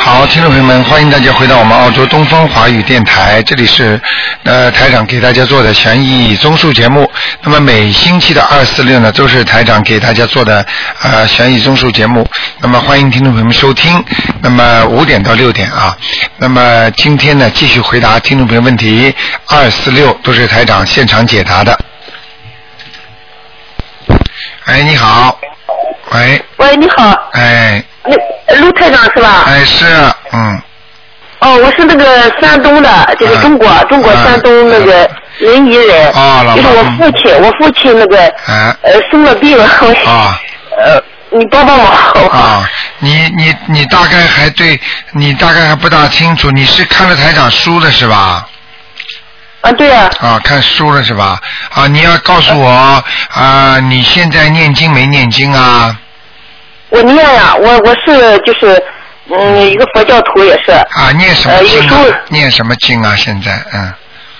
好，听众朋友们，欢迎大家回到我们澳洲东方华语电台，这里是呃台长给大家做的悬疑综述节目。那么每星期的二、四、六呢，都是台长给大家做的呃悬疑综述节目。那么欢迎听众朋友们收听。那么五点到六点啊，那么今天呢，继续回答听众朋友问题，二、四、六都是台长现场解答的。哎，你好，喂，喂，你好，哎，那卢台长是吧？哎是，嗯。哦，我是那个山东的，就是嗯中国，中国嗯山东那个临沂人，哦老就是妈我嗯父亲，我父亲那个哎呃生了病，我啊 呃，你帮帮我好不好？啊！你你你大概还对，你大概还不大清楚，你是看了台长书的是吧？啊，对呀，啊，看书了是吧？啊，你要告诉我啊，你现在念经没念经啊？我念呀，我我是就是嗯一个佛教徒也是，啊，念什么呃经有时啊候？念什么经啊？现在嗯，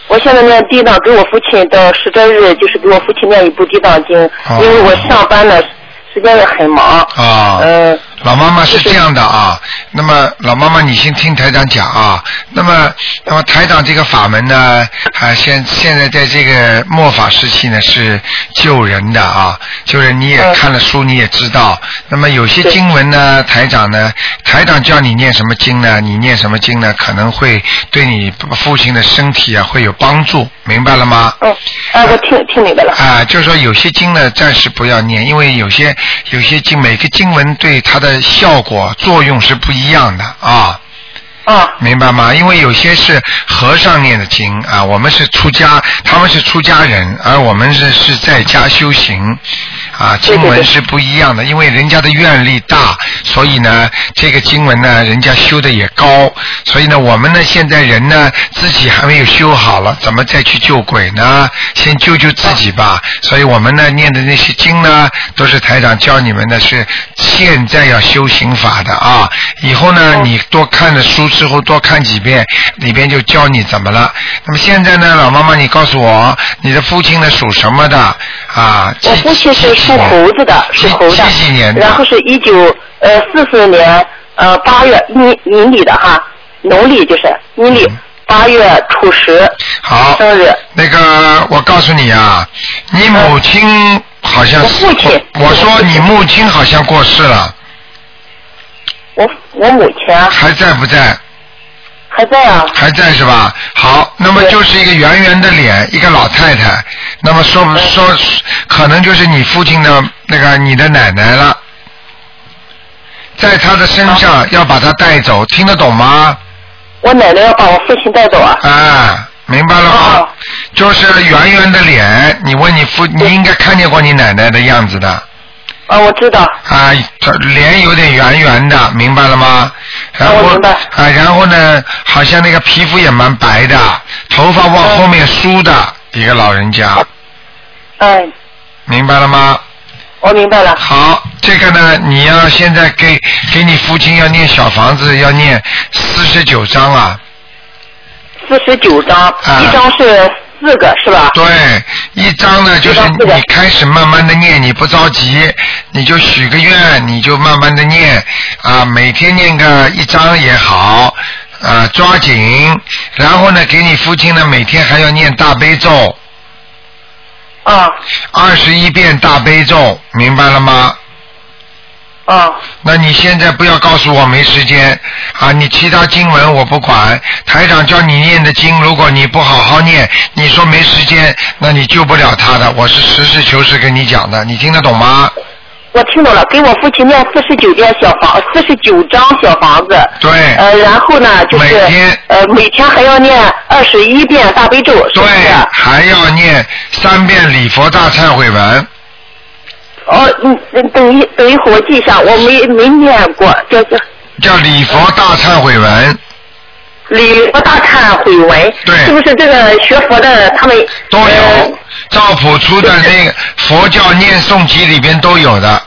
我现在念地藏，给我父亲的十斋日就是给我父亲念一部地藏经，哦因为我上班呢时间也很忙，啊。嗯。老妈妈是这样的啊，那么老妈妈，你先听台长讲啊。那么，那么台长这个法门呢，啊，现现在在这个末法时期呢，是救人的啊，救人。你也嗯看了书，你也知道。那么有些对经文呢，台长呢，台长叫你念什么经呢？你念什么经呢？可能会对你父亲的身体啊会有帮助，明白了吗？嗯，哎，我听听明白了。啊，就是说有些经呢，暂时不要念，因为有些有些经每个经文对它的效果作用是不一样的啊，啊，明白吗？因为有些是和尚念的经啊，我们是出家，他们是出家人，而我们是是在家修行。啊，对对经文对是不一样的，因为人家的愿力大，所以呢，这个经文呢，人家修的也高，所以呢，我们呢，现在人呢，自己还没有修好了，怎么再去救鬼呢？先救救自己吧。所以我们呢，念的那些经呢，都是台长教你们的，是现在要修行法的啊。以后呢，哦你多看了书之后，多看几遍，里边就教你怎么了。那么现在呢，老妈妈，你告诉我，你的父亲呢属什么的啊？我父亲是几几属年猴子的，几属猴几几年的，的然后是一九呃四四年呃八月阴阴历的哈，农历就是阴历八月初十嗯好，生日。那个我告诉你啊，你母亲好像我是父亲我我说你母亲好像过世了，我我母亲啊还在不在？还在啊，还在是吧？好，那么对就是一个圆圆的脸，一个老太太，那么说不说，可能就是你父亲的那个你的奶奶了，在她的身上要把她带走，听得懂吗？我奶奶要把我父亲带走啊。啊，明白了吗？哦就是圆圆的脸，你问你父，你应该看见过你奶奶的样子的。啊，我知道。啊，这脸有点圆圆的，明白了吗？然我后哦明白啊，然后呢，好像那个皮肤也蛮白的，头发往后面梳的一个老人家，哎，明白了吗？我明白了。好，这个呢，你要现在给给你父亲要念小房子，要念四十九章啊。四十九章，啊一章是四个是 吧？对，一张呢就是一张四个你开始慢慢的念，你不着急，你就许个愿，你就慢慢的念啊，每天念个一张也好，啊，抓紧。然后呢，给你父亲呢，每天还要念大悲咒，啊二十一遍大悲咒，明白了吗？啊那你现在不要告诉我没时间啊！你其他经文我不管，台长叫你念的经，如果你不好好念，你说没时间，那你救不了他的。我是实事求是跟你讲的，你听得懂吗？我听懂了，给我父亲念四十九间小房，四十九张小房子。对呃，然后呢，就是哎每天呃每天还要念二十一遍大悲咒，是对不是？，还要念三遍礼佛大忏悔文。哦，嗯嗯，等一等一会儿我记一下，我没没念过，叫叫叫礼佛大忏悔文，礼佛大忏悔文，对是不是这个学佛的他们都呃有赵朴初的那个佛教念诵集里边都有的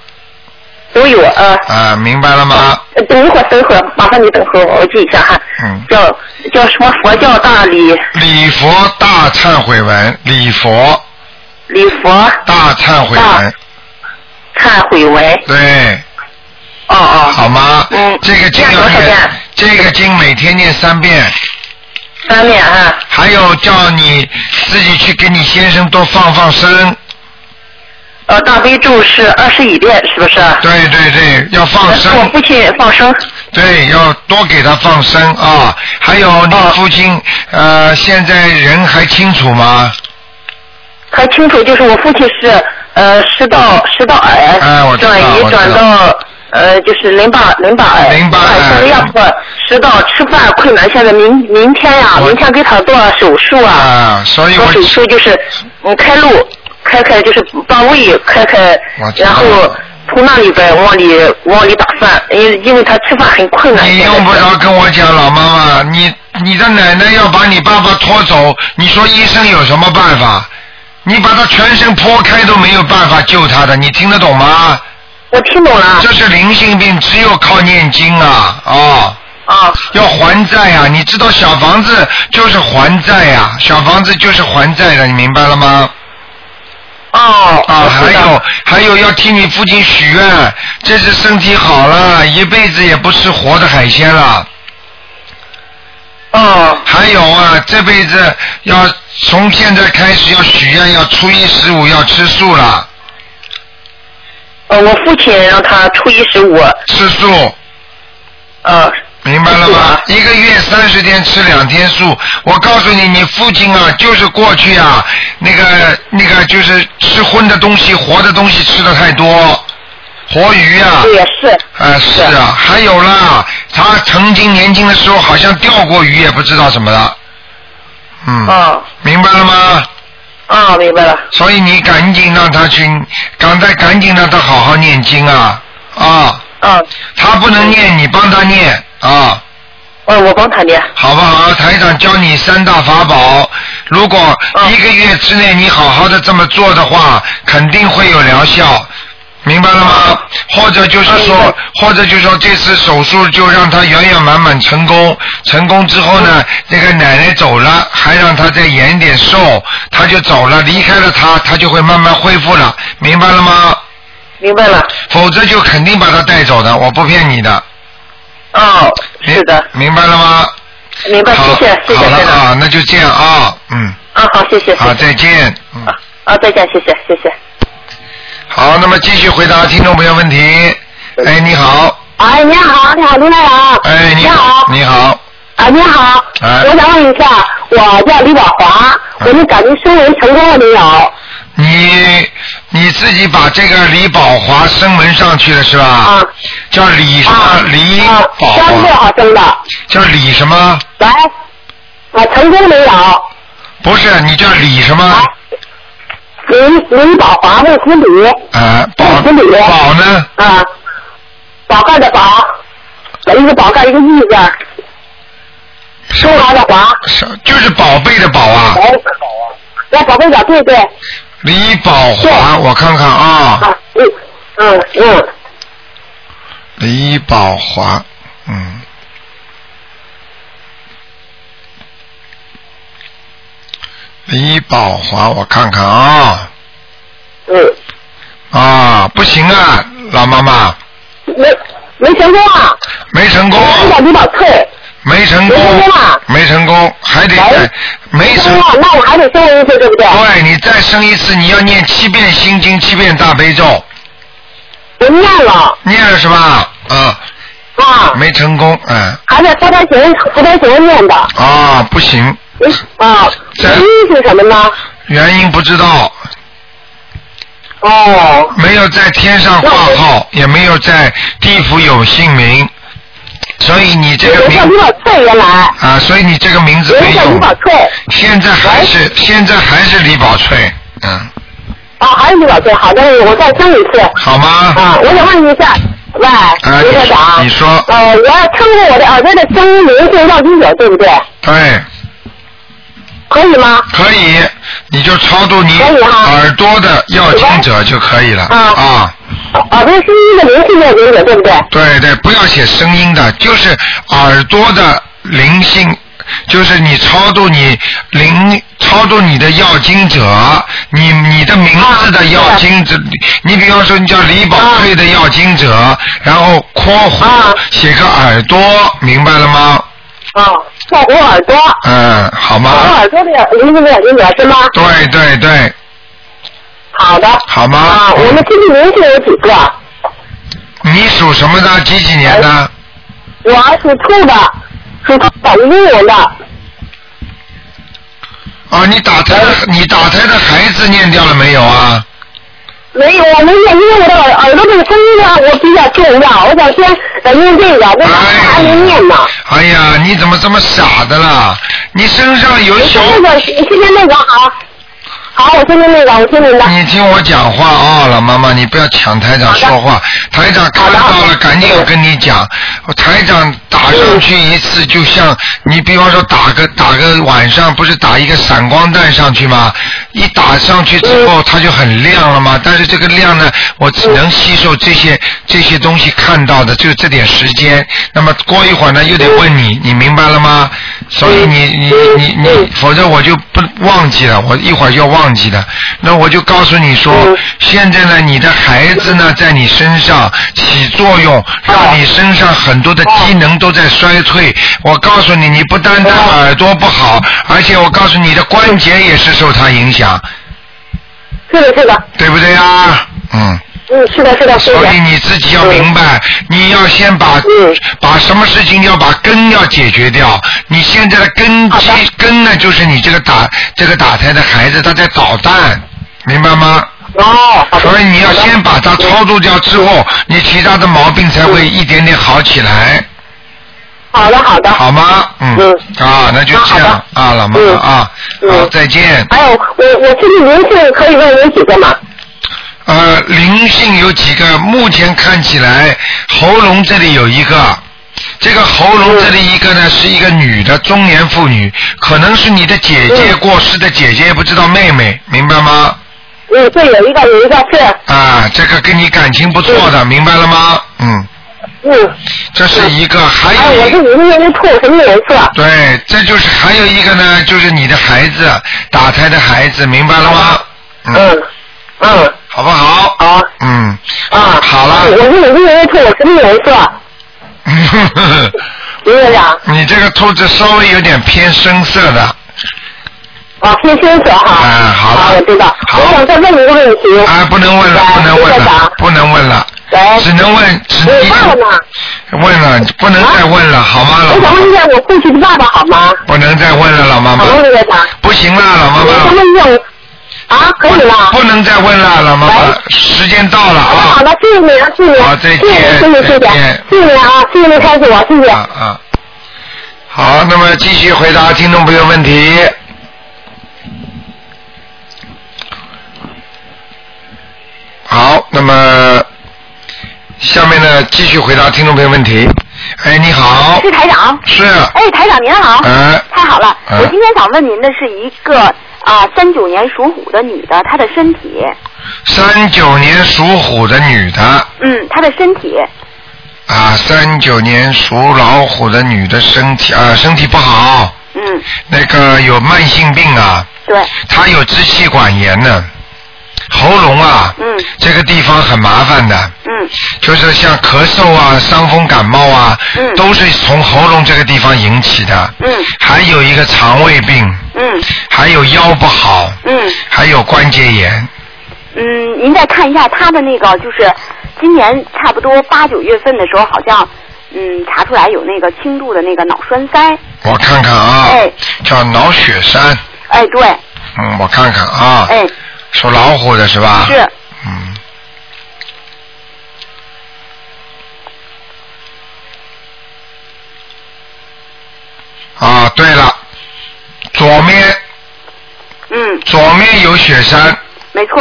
都有呃。啊，明白了吗？呃等一会儿，等一会儿，麻烦你等会儿，我记一下哈。嗯叫叫什么佛教大礼礼佛大忏悔文，礼佛礼佛大忏悔文大，对，忏悔文。哦哦。好吗？嗯这个经念要多少念遍，这嗯个经每天念三遍，三遍啊，还有叫你自己去给你先生多放放生。呃，大悲咒是二十一遍，是不是？对对对，要放生。我父亲放生，对，要多给他放生啊！还有你哦父亲，呃，现在人还清楚吗？还清楚，就是我父亲是呃食道食道癌，哎我知道转我移知道转到呃就是淋巴淋巴癌，淋巴癌哎现在要不食道吃饭困难，现在明明天呀、我明天给他做手术啊，啊，所以做我手术就是嗯开路开开就是把胃开开我，知道然后从那里边往里往里打饭，因因为他吃饭很困难，你现在用不是着跟我讲，老妈妈，你你的奶奶要把你爸爸拖走，你说医生有什么办法？你把他全身剖开都没有办法救他的，你听得懂吗？我听懂了这是灵性病，只有靠念经啊，哦。啊。要还债呀、你知道小房子就是还债呀、小房子就是还债的，你明白了吗？哦，啊，我还知道有还有要替你父亲许愿，这次身体好了，一辈子也不吃活的海鲜了。哦还有啊，这辈子要从现在开始要许愿，要初一十五要吃素了，呃，我父亲让他初一十五，吃素，呃，明白了吃素吗啊？一个月三十天吃两天素，我告诉你，你父亲啊，就是过去啊，那个那个就是吃荤的东西、活的东西吃的太多，活鱼啊。对，是，啊，是啊，还有啦，他曾经年轻的时候好像钓过鱼，也不知道什么的，嗯，哦，明白了吗？啊，明白了，所以你赶紧让他去，赶快赶紧让他好好念经啊啊！啊，他不能念，你帮他念啊，哦，我帮他念，好不好？台长教你三大法宝，如果嗯一个月之内你好好的这么做的话，肯定会有疗效。明白了吗？或者就是说嗯，或者就是说，这次手术就让他圆圆满满成功。成功之后嗯呢，那个奶奶走了，还让他再延点寿，他就走了，离开了他，他就会慢慢恢复了。明白了吗？明白了，否则就肯定把他带走的，我不骗你的。哦，明是的，明白了吗？明白，谢好，谢，谢谢好台了长，啊，那就这样啊，嗯，啊，好，谢谢，谢好，谢，再见，嗯，啊，啊，再见，谢谢，谢谢。好，那么继续回答听众朋友问题。哎，你好，哎，你好，你好，卢台长。哎，你你好，你好，啊，你好。哎我想问一下，我叫李宝华，哎啊我们感情升文成功了没有？你你自己把这个李宝华升门上去了是吧？啊，叫李什么啊？，李啊宝，三月华，号生的，叫李什么？喂，啊，成功没有？不是，你叫李什么啊？，林林宝华魏坤礼，啊，宝我是李宝呢？啊，宝盖的宝，一个宝盖一个玉字，什中华的华，什就是宝贝的宝啊，哦哎，那宝贝表对对，李宝华，对我看看啊，啊，嗯嗯嗯，李宝华，嗯，李宝华，我看看啊，嗯，啊，不行啊，老妈妈，没没成功啊。没成功，我想李宝翠，没成功没成功啊，没成功，还得喂再，没成啊生了，啊那我还得生一次，对不对？对你再生一次，你要念七遍心经，七遍大悲咒，我念了念了是吧？啊，啊，没成功，嗯，还在佛台行佛台行念的，啊，不行，嗯啊，这原因是什么呢？原因不知道，哦，没有在天上挂号，也没有在地府有姓名，所以你这有个人叫名李宝翠原来，啊，所以你这个名字有没人叫李用宝。翠，现在还哎是现在还是李宝翠，嗯，啊，还是李宝翠，好的，我再生一次好 吗？啊，我想问一下，喂，啊，刘科长你，你说，呃，我要通过我的耳朵的声音灵性绕经者，对不对？对，可以吗？哎可以，你就超度你可以啊耳朵的要经者就可以了啊啊。耳朵是一个灵性绕经者，对不对？对对，不要写声音的，就是耳朵的灵性，就是你超度你灵超度你的要经者，你你的名字的要经者，你比方说你叫李宝翠的要经者，然后括弧写个耳朵，明白了吗？啊，照顾耳朵，嗯，好照顾吗？耳朵的您这个眼睛表是吗？对对对，好的。好吗啊，我们听听您是有几个？你属什么的？几几年的？我属兔的，属兔打一六年的，啊，你打胎的你打胎的孩子念掉了没有啊？没有，我没有，因为我的耳耳朵这个声音呢，我比较重要，我想先呃用这个，我还没念呢。哎呀，你怎么这么傻的啦？你身上有你小听哎那个，你听听那个好，好，我听听那个，我听您的。你听我讲话啊、老妈妈，你不要抢台长说话，台长看到好了，的赶紧跟你讲。我台长打上去一次，就像你比方说打个打个晚上，不是打一个闪光弹上去吗？一打上去之嗯后，它就很亮了嘛。但是这个亮呢，我只能吸收这些这些东西看到的，就这点时间。那么过一会儿呢，又得问你，你明白了吗？所以你嗯你你你你，否则我就不忘记了，我一会儿就要忘记的。那我就告诉你说，现在呢，你的孩子呢在你身上起作用，让你身上很多的机能都在衰退。我告诉你，你不单单耳朵不好，而且我告诉你的关节也是受它影响，是的，是的，对不对啊？嗯。嗯，是的，是的，是所的。以你自己要明白，你要先把嗯把什么事情要把根要解决掉。你现在的根基好的根呢，就是你这个打这个打胎的孩子他在捣蛋，明白吗？哦，好的所以你要先把它操作掉之后，你其他的毛病才嗯会一点点好起来，好的，好的。好吗？嗯。嗯啊，那就这样那啊，老妈嗯啊，嗯好，再见。还有，我我听听您是可以问您几个吗？呃，灵性有几个？目前看起来，喉咙这里有一个，这个喉咙这里一个呢是一个女的中年妇女，可能是你的姐姐嗯过世的姐姐，也不知道妹妹，明白吗？嗯，对，有一个，有一个是，啊，这个跟你感情不错的，明白了吗？嗯，嗯，这是一个，还还有有哎我一个是。您那个兔什么颜色？对，这就是还有一个呢，就是你的孩子打胎的孩子，明白了吗？嗯，嗯，嗯，好不好？好，嗯， 啊，好了我是您那个兔什么颜色？您院长，你这个兔子稍微有点偏深色的，啊，偏深色哈。嗯好了啊，我知道。好我想再问一个问题。啊，不能问了，不能问了，不能问了，来，只能问，只哎我爸爸呢？问了，不能再问了，好吗，老我妈想妈？问一下我过去的爸爸好吗？不能再问了，老妈妈好，吗，陆院长？不行了，老妈我想妈，问一下我，啊，可以了。不能再问了，老妈妈喂，时间到了好的，好啊，的，谢谢你啊，谢谢你，好再见谢谢你，谢谢再你，见谢谢你啊，谢谢你开始我，谢谢啊。啊，好，那么继续回答听众朋友问题。好，那么下面呢，继续回答听众朋友问题。哎，你好，是台长。是，哎，台长您好，哎，太好了！哎我今天想问您的是一个啊，三九年属虎的女的，她的身体，三九年属虎的女的嗯，她的身体，啊，三九年属老虎的女的身体啊，身体不好，嗯，那个有慢性病啊，对，她有支气管炎呢，喉咙啊，嗯这个地方很麻烦的，嗯就是像咳嗽啊、伤风感冒啊，嗯都是从喉咙这个地方引起的。嗯还有一个肠胃病，嗯还有腰不好，嗯还有关节炎。嗯，您再看一下她的那个，就是今年差不多八九月份的时候，好像嗯查出来有那个轻度的那个脑栓塞，我看看啊哎，叫脑血栓。哎，对，嗯，我看看啊，哎，属老虎的是吧？是。，嗯。啊，对了，左面嗯，左面有雪山，没错，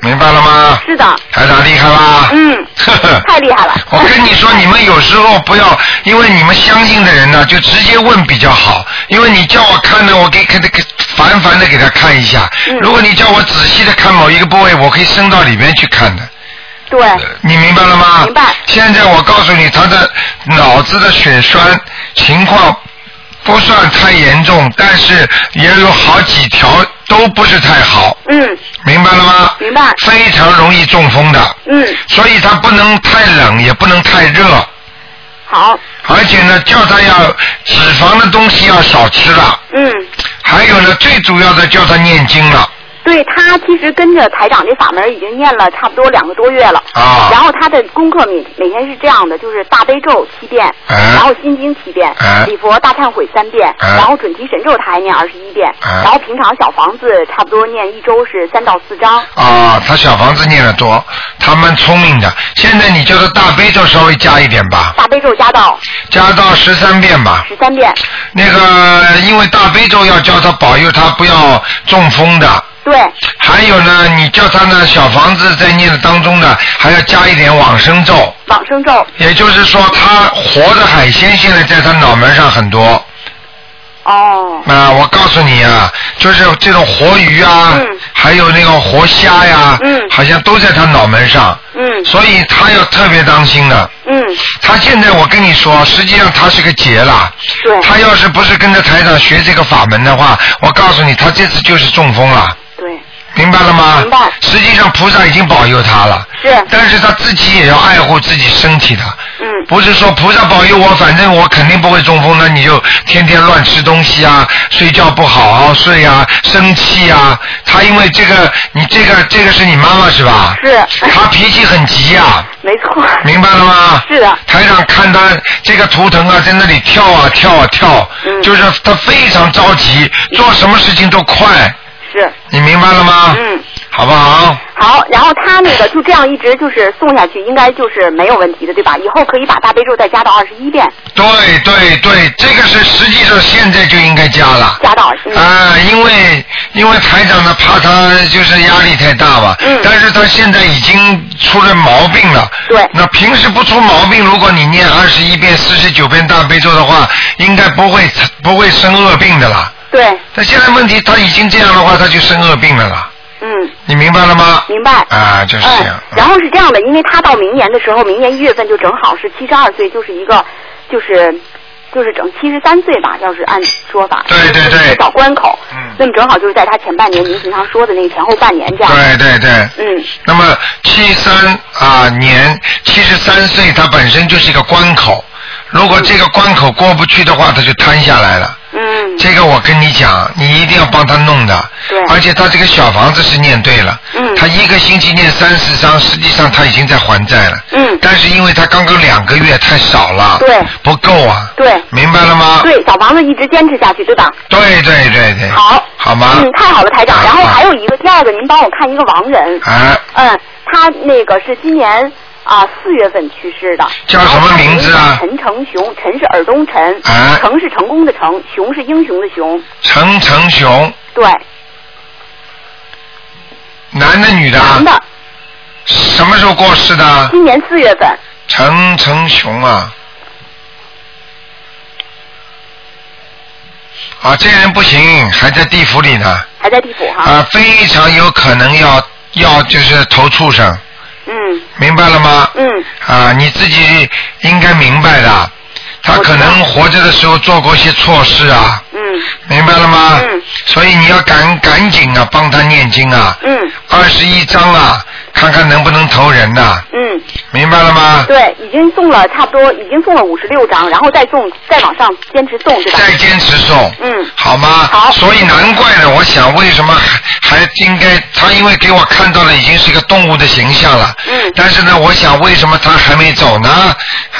明白了吗？是的，台长厉害吧？嗯呵呵，太厉害了，啊我跟你说，你们有时候不要，因为你们相信的人呢，就直接问比较好。因为你叫我看呢，我给给给烦烦的给他看一下。嗯如果你叫我仔细的看某一个部位，我可以伸到里面去看的。对，你明白了吗？明白现在我告诉你，他的脑子的血栓情况不算太严重，但是也有好几条都不是太好，嗯，明白了吗？明白。非常容易中风的，嗯，所以它不能太冷，也不能太热，好，而且呢，叫他要脂肪的东西要少吃了，嗯，还有呢，最主要的叫他念经了对他其实跟着台长这法门已经念了差不多两个多月了。然啊，后他的功课每每天是这样的，就是大悲咒七遍，哎然后心经七遍哎，礼佛大忏悔三遍，哎然后准提神咒他还念二十一遍，哎然后平常小房子差不多念一周是三到四章。啊，他小房子念得多，他蛮聪明的。现在你叫他大悲咒稍微加一点吧，大悲咒加到加到十三遍吧。十三遍，那个，因为大悲咒要叫他保佑他不要中风的，对，还有呢，你叫他呢小房子在念的当中呢，还要加一点往生咒。往生咒，也就是说，他活的海鲜现在在他脑门上很多。哦，啊，我告诉你啊，就是这种活鱼啊，嗯还有那个活虾呀、嗯好像都在他脑门上，嗯所以他要特别当心的。嗯，他现在我跟你说，实际上他是个劫了。对，他要是不是跟着台长学这个法门的话，我告诉你，他这次就是中风了，对，明白了吗？明白实际上菩萨已经保佑他了，是，但是他自己也要爱护自己身体的。嗯，不是说菩萨保佑我，反正我肯定不会中风，那你就天天乱吃东西啊，睡觉不好好睡啊，生气啊。他因为这个，你这个这个是你妈妈是吧？是，他脾气很急啊，没 错，明白了吗？是的，台长看他这个图腾啊，在那里跳啊跳啊跳，嗯就是他非常着急，做什么事情都快，是，你明白了吗？嗯，好不好？好，然后他那个就这样一直就是送下去，应该就是没有问题的，对吧？以后可以把大悲咒再加到二十一遍，对对对，这个是实际上现在就应该加了。加到二十一。啊，因为因为台长呢怕他就是压力太大吧，嗯但是他现在已经出了毛病了。对那平时不出毛病，如果你念二十一遍、四十九遍大悲咒的话，应该不会不会生恶病的啦。对，但现在问题他已经这样的话，他就生恶病了啦。嗯，你明白了吗？明白。啊，就是这样嗯。。然后是这样的，因为他到明年的时候，明年一月份就正好是七十二岁，就是一个，就是。就是整七十三岁吧，要是按说法，对对对就是小关口，嗯那么正好就是在他前半年，您平常说的那个前后半年这样，对对对。嗯，那么七三啊年七十三岁，它本身就是一个关口。如果这个关口过不去的话，它就瘫下来了。嗯，这个我跟你讲，你一定要帮他弄的。对而且他这个小房子是念对了。嗯他一个星期念三四张，实际上他已经在还债了。嗯，但是因为他刚刚两个月太少了。对。不够啊。对明白了吗？。对，小房子一直坚持下去，对吧？对对对对。。好，好吗？嗯，太好了，台长。啊然后还有一个，第二个，您帮我看一个亡人，啊，嗯，他那个是今年啊四月份去世的，叫什么名字啊陈成雄，陈是耳东陈，啊成是成功的成，雄是英雄的雄，陈成雄，对，男的女的？啊男的，什么时候过世的？今年四月份，陈成雄啊，啊，这人不行，还在地府里呢，还在地府哈，啊，非常有可能要要就是投畜生，嗯明白了吗？嗯，啊，你自己应该明白的，他可能活着的时候做过一些错事啊，嗯明白了吗？嗯所以你要赶赶紧啊，帮他念经啊，嗯二十一章啊，看看能不能投人呐、嗯，明白了吗？对，已经送了差不多，已经送了五十六张，然后再送，再往上坚持送，对吧？再坚持送，嗯 好吗？好所以难怪呢，我想为什么还还应该他因为给我看到了已经是一个动物的形象了，嗯但是呢，我想为什么他还没走呢？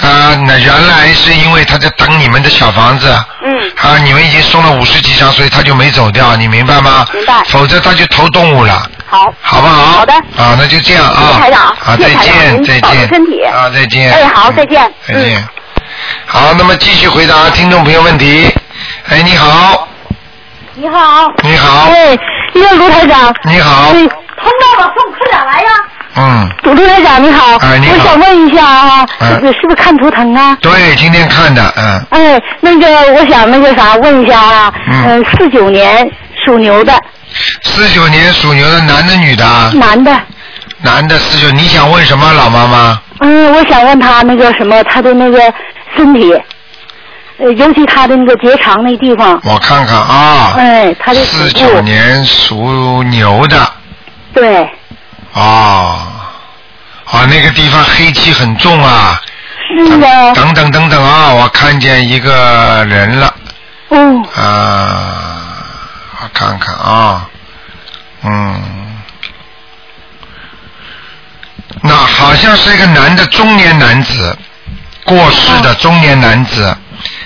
啊，那原来是因为他在等你们的小房子。嗯啊，你们已经送了五十几张，所以他就没走掉，你明白吗？明白否则他就投动物了，好，好不好？好的啊，那就这样谢啊。谢台长啊，谢再谢台长见，您再保重见。身体啊，再见。哎好再见再嗯见。好，那么继续回答听众朋友问题。哎，你好，你好。你好，哎，你好，卢台长。你好，嗯，通道了，送科长来呀。嗯，卢台长你好。哎你好我想问一下啊，嗯是是不是看图腾啊？对，今天看的，嗯，哎，那个我想那个啥问一下啊，嗯啊呃，四九年属牛的四九年属牛的男的女的啊，男的，男的四九，你想问什么，老妈妈？嗯，我想问他那个什么，他的那个身体，呃尤其他的那个结肠那地方，我看看啊，哎，他的四腹九部，年属牛的，对，啊哦，哦，那个地方黑气很重啊，嗯是啊，等等等等啊，我看见一个人了，哦嗯，啊，我看看啊，嗯，那好像是一个男的中年男子，过世的中年男子，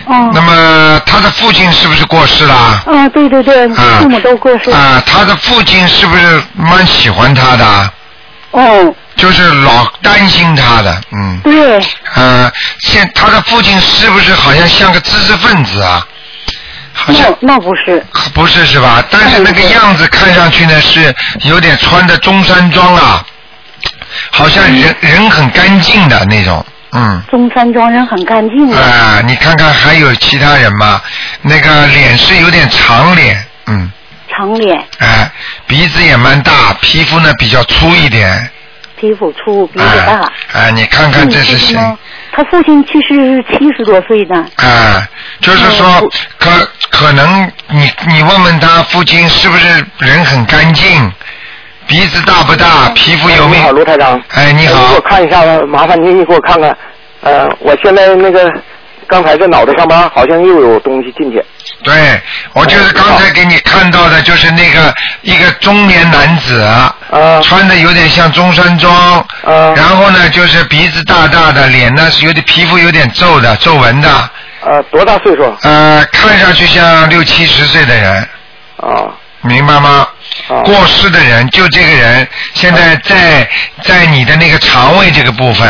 那嗯哦，么他的父亲是不是过世了啊？啊，对对对，啊父母都过世，啊，他的父亲是不是蛮喜欢他的啊？哦，就是老担心他的，嗯，对，呃，现他的父亲是不是好像像个知识分子啊？好像那那不是，不是是吧？但是那个样子看上去呢是有点穿的中山装啊，好像嗯人人很干净的那种，嗯。中山装人很干净的，啊、你看看还有其他人吗？那个脸是有点长脸，嗯，长脸，哎、鼻子也蛮大，皮肤呢比较粗一点，皮肤粗，鼻哎、子大。哎、你看看这是父亲谁？呢？他父亲去世是七十多岁的，啊，就是说哦嗯，可可能你你问问他父亲是不是人很干净，鼻子大不大，皮肤有没哦你好，有？卢台长。哎，你你给好我，看一下，麻烦您给我看看。呃，我现在那个刚才这脑袋上边好像又有东西进去。对，我就是刚才给你看到的，就是那个一个中年男子啊，啊穿的有点像中山装，啊然后呢就是鼻子大大的，脸呢是有点皮肤有点皱的皱纹的，呃，多大岁数？呃，看上去像六七十岁的人，啊明白吗？啊。过世的人，就这个人，现在在在你的那个肠胃这个部分，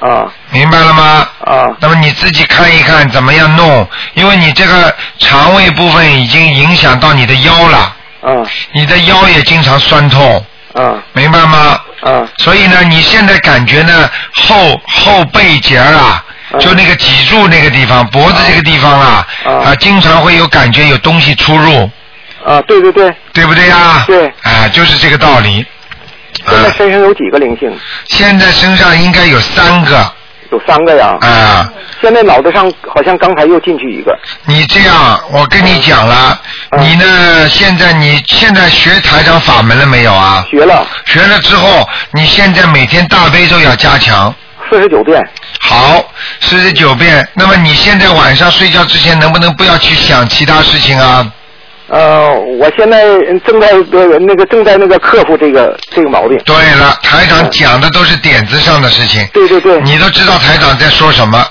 啊明白了吗？啊那么你自己看一看怎么样弄，因为你这个肠胃部分已经影响到你的腰了，啊你的腰也经常酸痛，啊明白吗？啊所以呢，你现在感觉呢后后背节儿啊，嗯就那个脊柱那个地方、脖子这个地方啊，嗯啊，经常会有感觉有东西出入，啊！对对对，对不对呀？对啊，就是这个道理。现在嗯身上有几个灵性？现在身上应该有三个啊、有三个呀。嗯现在脑袋上好像刚才又进去一个。你这样，我跟你讲了，嗯你呢？现在你现在学台长法门了没有啊？学了学了之后，你现在每天大悲咒要加强，四十九遍，好，四十九遍。那么你现在晚上睡觉之前，能不能不要去想其他事情啊？呃，我现在正在呃那个正在那个克服这个这个毛病。对了，台长讲的都是点子上的事情，对对对，你都知道台长在说什么，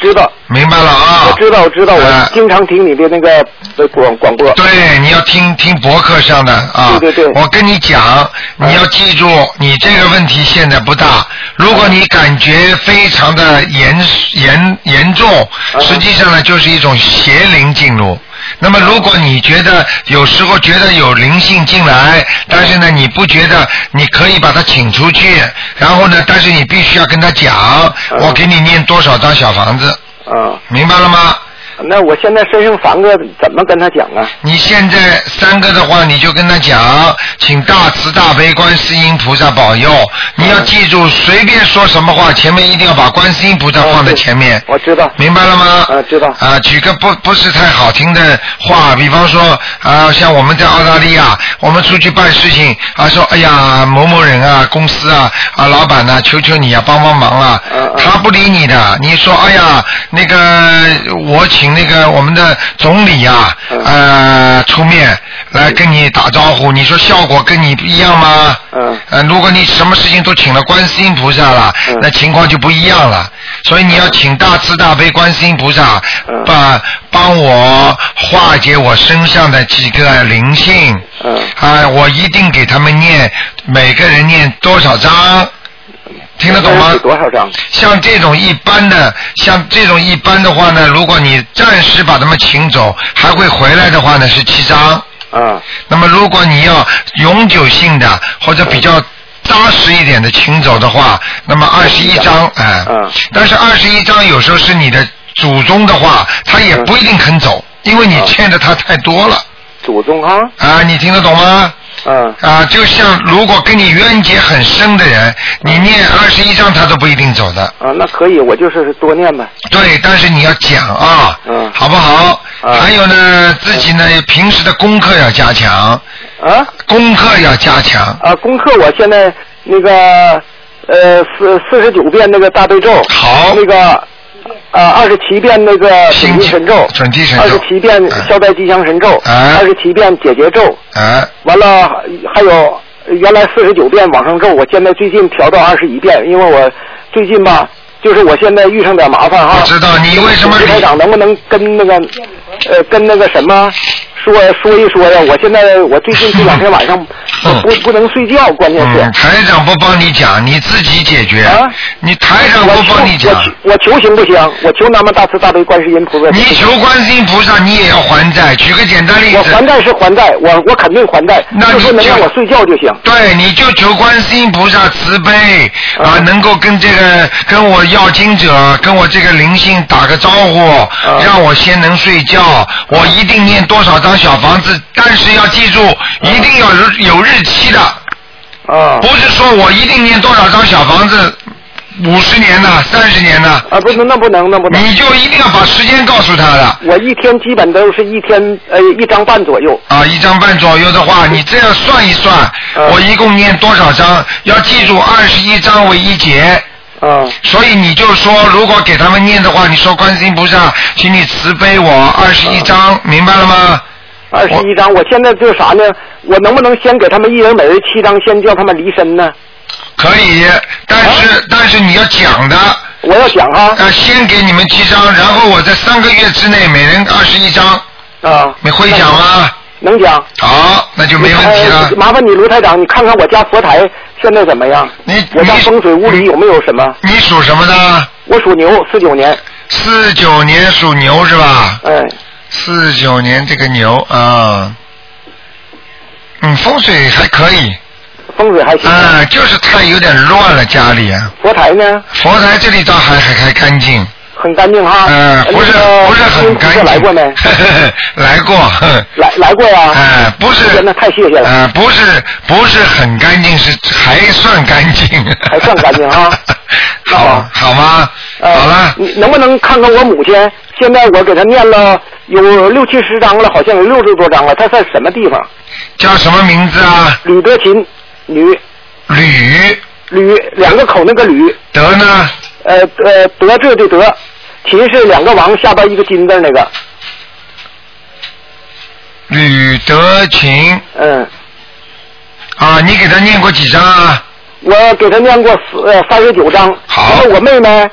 知道。明白了啊？我知道，我知道，呃我经常听你的那个呃广广播。对，你要听听博客上的啊。对对对我跟你讲，你要记住，你这个问题现在不大。如果你感觉非常的严严严重，嗯实际上呢就是一种邪灵进入。那么，如果你觉得有时候觉得有灵性进来，但是呢，你不觉得，你可以把它请出去，然后呢，但是你必须要跟他讲，嗯我给你念多少张小房子，啊，明白了吗？那我现在身上三个怎么跟他讲啊？你现在三个的话，你就跟他讲，请大慈大悲观世音菩萨保佑。你要记住，随便说什么话，前面一定要把观世音菩萨放在前面，我知道。明白了吗？啊，知道。啊，举个不不是太好听的话，比方说啊，像我们在澳大利亚，我们出去办事情啊，说哎呀某某人啊，公司啊啊老板呐、求求你啊，帮帮忙啊嗯，嗯他不理你的，你说哎呀那个我请那个我们的总理啊嗯呃出面来跟你打招呼，你说效果跟你一样吗？嗯呃，如果你什么事情都请了观世音菩萨了，嗯那情况就不一样了。所以你要请大慈大悲观世音菩萨嗯帮帮我化解我身上的几个灵性。嗯啊、我一定给他们念，每个人念多少章？听得懂吗？有多少张？像这种一般的，像这种一般的话呢，如果你暂时把他们请走，还会回来的话呢，是七章。啊那么如果你要永久性的或者比较扎实一点的请走的话，那么二十一章哎、嗯但是二十一章有时候是你的祖宗的话，他也嗯不一定肯走，因为你欠着他太多了祖宗啊啊，你听得懂吗？嗯啊，就像如果跟你冤结很深的人，嗯你念二十一章他都不一定走的。啊，那可以，我就是多念呗。对，但是你要讲啊，嗯好不好？啊还有呢，自己呢平时的功课要加强，啊功课要加强。啊，功课我现在那个呃四四十九遍那个大悲咒，好那个啊二十七遍那个心准提经神咒，准提神咒二十七遍嗯消灾吉祥神咒，嗯二十七遍解结咒，啊，完了还有呃原来四十九遍往上咒，我现在最近调到二十一遍，因为我最近吧，就是我现在遇上点麻烦哈。我知道你为什么李台长能不能跟那个呃跟那个什么说说一说呀？我现在我最近这两 天晚上我不不能睡觉，关键是。嗯，台长不帮你讲，你自己解决。啊你台长我不求帮你讲，我求我求行不行？我求南无大慈大悲观世音菩萨。你求观世音菩萨，你也要还债。举个简单例我还子，债是还债，我我肯定还债，那就你说能就让我睡觉就行。对，你就求观世音菩萨慈悲啊，嗯能够跟这个跟我要经者，跟我这个灵性打个招呼，嗯让我先能睡觉。我一定念多少张小房子，但是要记住，一定要日有日期的，啊不是说我一定念多少张小房子，五十年的、三十年的，啊，不能，那不能，那不能。你就一定要把时间告诉他的。我一天基本都是一天呃一张半左右。啊，一张半左右的话，你这样算一算，嗯我一共念多少章？要记住，二十一章为一节。嗯所以你就说，如果给他们念的话，你说观世音菩萨，请你慈悲我二十一嗯章，明白了吗？二十一张，我现在就是啥呢？我能不能先给他们一人每人七张，先叫他们离身呢？可以，嗯但是、但是你要讲的，我要讲啊哈呃，先给你们七章，然后我在三个月之内每人二十一章，啊，你会讲吗？能讲。好，那就没问题啊了哎。麻烦你卢台长，你看看我家佛台现在怎么样？你我家你风水屋里有没有什么？你属什么的？我属牛，四九年。四九年属牛是吧？哎，四九年这个牛啊，嗯，风水还可以，风水还行。啊，就是太有点乱了家里啊。佛台呢，佛台这里倒还还还干净，很干净哈。哎呃，不是不是很干净。来过没？ 来过，哼来来过呀。哎，不是。那太谢谢了。呃，不是不是很干净，是还算干净。还算干净 啊那好好，好吗？呃好了，你能不能看看我母亲？现在我给她念了有六七十章了，好像有六十多章了。她在什么地方？叫什么名字啊？吕德勤，吕吕吕两个口那个吕，德呢？呃呃德智的德，秦是两个王下边一个金字那个，吕德勤嗯，啊，你给他念过几张啊？我给她念过四呃三十九章。好然后我妹妹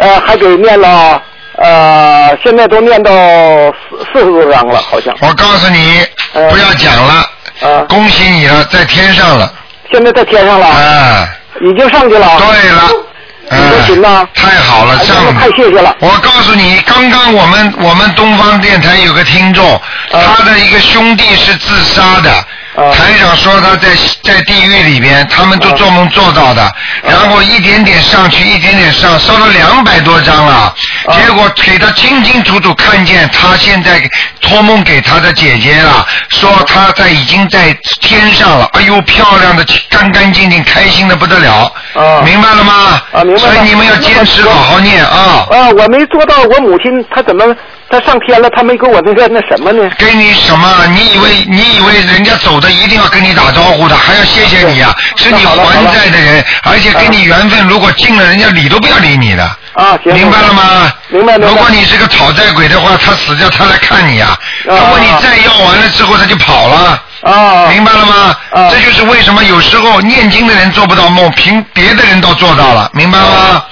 呃还给念了呃现在都念到四四十多章了，好像我告诉你，嗯不要讲了，啊、恭喜你了，在天上了，现在在天上了，啊，已经上去了。对了，你说啊嗯行啊吗，太好了，哎上那太谢谢了。我告诉你，刚刚我们我们东方电台有个听众，他的一个兄弟是自杀的。啊台长说他在在地狱里边，他们都做梦做到啊的，然后一点点上去，一点点上，烧了两百多张了，啊结果给他清清楚楚看见他现在托梦给他的姐姐了，说他在已经在天上了，哎呦，漂亮的，干干净净，开心的不得了，啊明白了吗？啊明白了所以你们要坚持好好念啊。啊，我没做到，我母亲她怎么她上天了，她没给我那个那什么呢？给你什么？你以为你以为人家走的一定要跟你打招呼的，还要谢谢你啊？是你还债的人，而且跟你缘分如果尽了，人家理都不要理你的，啊，行，明白了吗？明白明白如果你是个讨债鬼的话，他死掉他来看你啊，他问你债要完了之后他就跑了。啊，明白了吗？啊这就是为什么有时候念经的人做不到梦，凭别的人倒做到了，明白吗？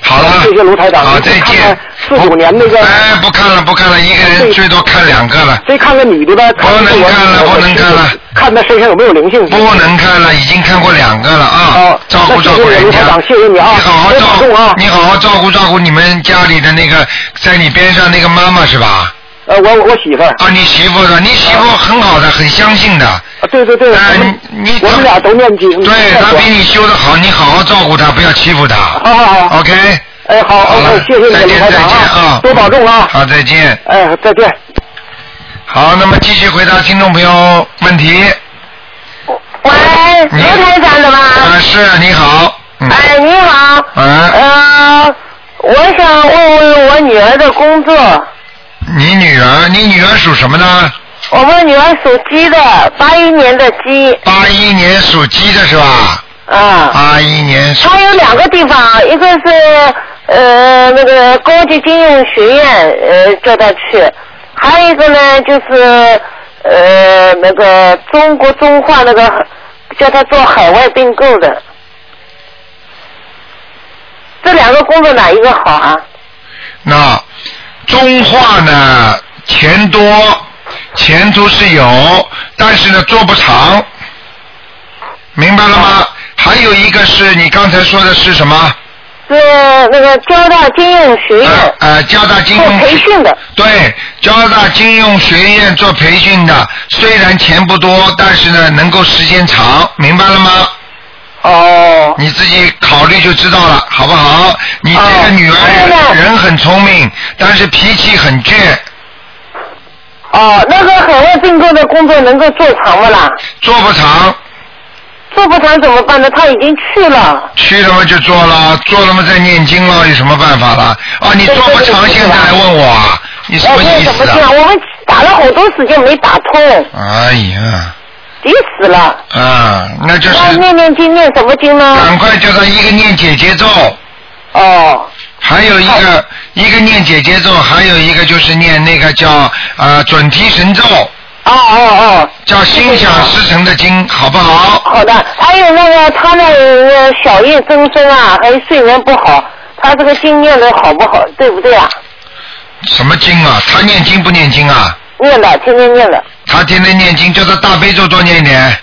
好了，啊谢谢卢台长好，你再见看。看49年那个啊哎，不看了，不看了，一个人对最多看两个了，再看看女的呗，不能看看了不能看了，看她身上有没有灵性。不能看了，已经看过两个了啊哦！照顾照顾人那谢谢卢家台长，谢谢你啊好好多照保重啊顾，你好好照顾照顾你们家里的那个在你边上那个妈妈是吧？呃，我我媳妇儿，啊，你媳妇的，你媳妇很好哦的，很相信的。啊对对对，哎我们你你我们俩都念经。对念他过比你修的好，你好好照顾他，不要欺负他。好好好， OK，哎好好了，OK，谢谢你再卢见台长再见啊多保重啊，好，再见。哎再见。好，那么继续回答听众朋友问题。呃，你刘台长的吗？啊，是你好，嗯，哎，你好，啊，呃，我想问问我女儿的工作。你女儿，你女儿属什么呢？我们女儿属鸡的，八一年的鸡，八一年属鸡的是吧？啊，八一年属，她有两个地方，一个是呃那个高级金融学院，呃叫她去，还有一个呢就是呃那个中国中化那个叫她做海外并购的，这两个工作哪一个好啊？那中化呢，钱多，前途是有，但是呢做不长，明白了啊吗？还有一个是你刚才说的是什么？是那个交大金融学院呃，呃，交大金做融培训的，对，交大金融学院做培训的，虽然钱不多，但是呢，能够时间长，明白了吗？哦，你自己考虑就知道了，好不好？你这个哦女明白儿了人人很聪明，但是脾气很倔，哦，那个海外并购的工作能够做长不啦？做不长，做不长怎么办呢？他已经去了。去了嘛就做了，做了嘛再念经了，有什么办法了？啊，你做不长，现在来问我啊，你什哎，么这意怎思么这样？啊？我们打了好多时间没打通，哎呀，急死了。啊，那就是那念念经念什么经赶呢？快叫他一个念姐姐咒。哦，还有一个，一个念姐姐咒，还有一个就是念那个叫呃准提神咒，哦哦叫心想事成的经，好不哦，好？好的。还有那个他那个小叶增生啊，还有睡眠不好，他这个经念的好不好，对不对啊？什么经啊？他念经不念经啊？念的，天天念的，他天天念经，叫他大悲咒多念一点。哎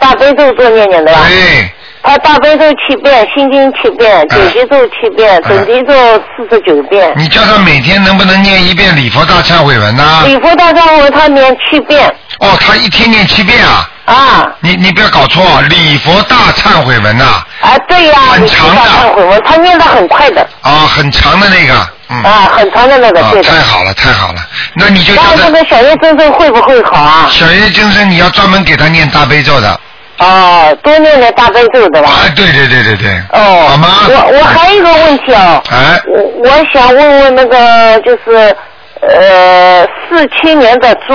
大悲咒多念念的吧。对，他大悲咒七遍，心经七遍，姐姐咒七遍，准提咒四十九遍，你叫他每天能不能念一遍礼佛大忏悔文呢、礼佛大忏悔他念七遍哦，他一天念七遍啊！啊你你不要搞错，啊礼佛大忏悔文呐、啊，啊，对呀、很礼长佛的大忏悔文，他念的很快的啊很长的那个，嗯，啊，很长的那个，啊对的太。好了，太好了，那你就那叫他这个小叶真正会不会好啊？小叶精神，你要专门给他念大悲咒的。哦，多念点大悲咒对吧？啊，对对对对对。哦，好吗？我我还有一个问题哦，哎，我我想问问那个就是呃四七年的猪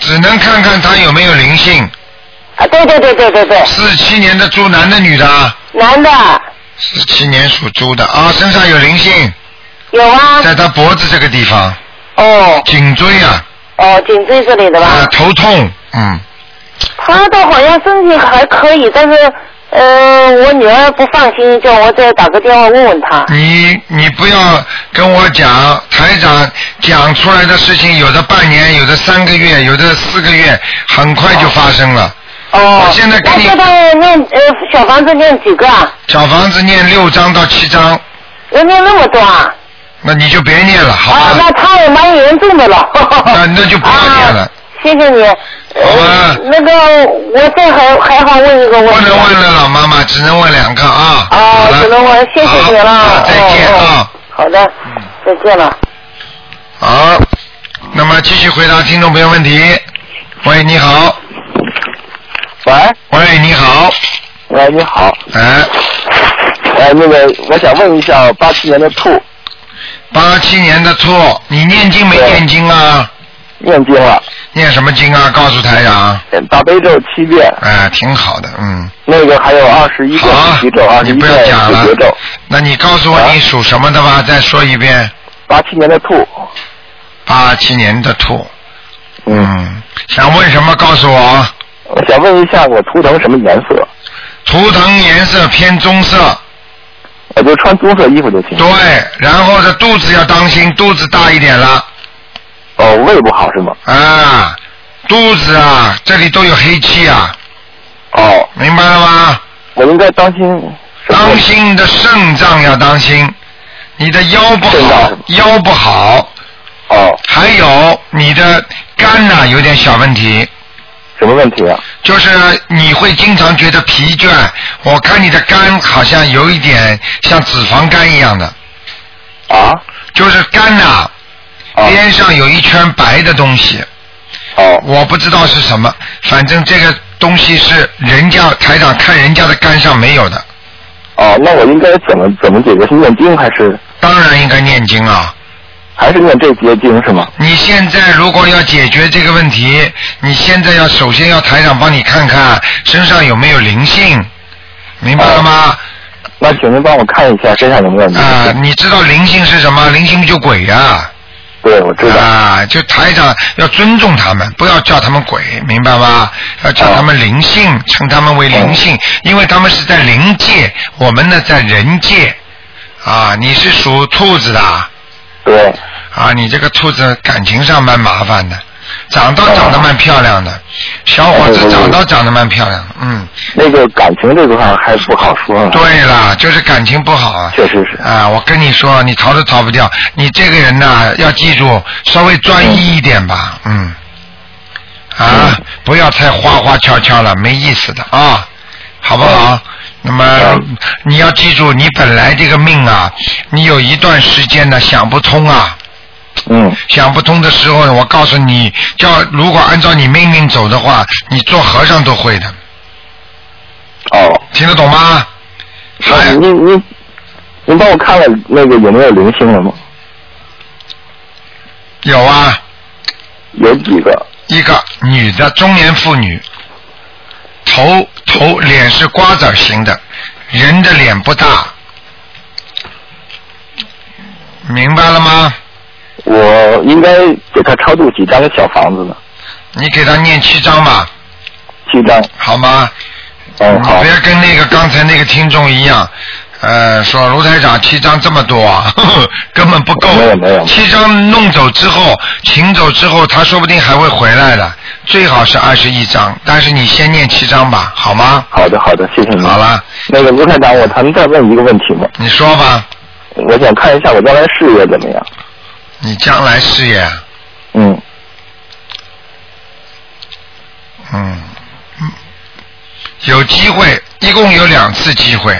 只能看看他有没有灵性。啊，对对对对对对，四七年的猪，男的女的？男的四七年属猪的啊，身上有灵性，有啊，在他脖子这个地方，哦。颈椎啊，哦，颈椎这里的吧？啊，头痛，嗯，他倒好像身体还可以，但是，呃，我女儿不放心，叫我再打个电话问问他。你你不要跟我讲，台长讲出来的事情，有的半年，有的三个月，有的四个月，很快就发生了。哦我，现在给那你叫他念呃小房子念几个啊？小房子念六章到七章，要念那么多啊？那你就别念了，好吧？啊，那他也蛮严重的了。 那那就不要念了啊。谢谢你。好吧呃、那个，我再还还好问一个问题。啊不能问了，老妈妈，只能问两个啊。好哦了，只能问，谢谢你了。好好哦再见啊哦。好的，嗯再见了。好，那么继续回答听众朋友问题。喂，你好。喂，喂，你好。喂，你好，哎，呃，那个我想问一下八七年的兔八七年的兔，你念经没对念经啊？念经了，念什么经啊？告诉台长。呃大悲咒七遍，哎，挺好的，嗯。那个还有二十一遍好礼咒，，二你十一不遍要讲了解咒。。那你告诉我啊你属什么的吧？再说一遍。八七年的兔，八七年的兔，，嗯，想问什么告诉我。我想问一下我图腾什么颜色？图腾颜色偏棕色。我呃就穿棕色衣服就行。对，然后这肚子要当心，肚子大一点了哦，胃不好是吗？啊，肚子啊，这里都有黑气啊，哦，明白了吗？我应该当心什么当问题？心你的肾脏要当心，你的腰不肾好脏，腰不好，哦，还有你的肝呐、有点小问题，什么问题啊？就是你会经常觉得疲倦，我看你的肝好像有一点像脂肪肝一样的，啊？就是肝呐、哦边上有一圈白的东西。哦我不知道是什么，反正这个东西是人家台长看人家的肝上没有的。哦，那我应该怎么怎么解决？是念经还是当然应该念经啊。还是念这些经是吗？你现在如果要解决这个问题，你现在要首先要台长帮你看看身上有没有灵性，明白了吗？那请您帮我看一下身上有没有灵啊、性？你知道灵性是什么？灵性就鬼呀、啊。对，我知道。就台长要尊重他们，不要叫他们鬼，明白吗？要叫他们灵性，称他们为灵性，因为他们是在灵界，我们呢在人界。啊，你是属兔子的啊。对，啊，你这个兔子感情上蛮麻烦的，长倒长得蛮漂亮的，小伙子长倒长得蛮漂亮的，嗯，那个感情这块儿还不好说呢。对了，就是感情不好啊，确实是。啊，我跟你说，你逃都逃不掉，你这个人呐，要记住稍微专一一点吧，嗯，啊，不要太花花俏俏了，没意思的啊，好不好？那么你要记住，你本来这个命啊，你有一段时间呢想不通啊，嗯，想不通的时候呢，我告诉你，叫如果按照你命令走的话，你做和尚都会的，哦，听得懂吗？哎那还您您您帮我看了那个有没有灵性了吗？有啊，有几个？一个女的中年妇女，头头脸是瓜子儿形的，人的脸不大，明白了吗？我应该给他超度几张小房子呢？你给她念七章吧，七张。好吗？嗯，你好不。要跟那个刚才那个听众一样，呃，说卢台长七张这么多，啊， 呵呵根本不够。没有没有七张弄走之后，请走之后，他说不定还会回来的。最好是二十一张，但是你先念七张吧，好吗？好的，好的，谢谢您。好了，那个卢台长，我还能再问一个问题吗？你说吧，我想看一下我将来事业怎么样。你将来事业，嗯，嗯，嗯有机会，一共有两次机会，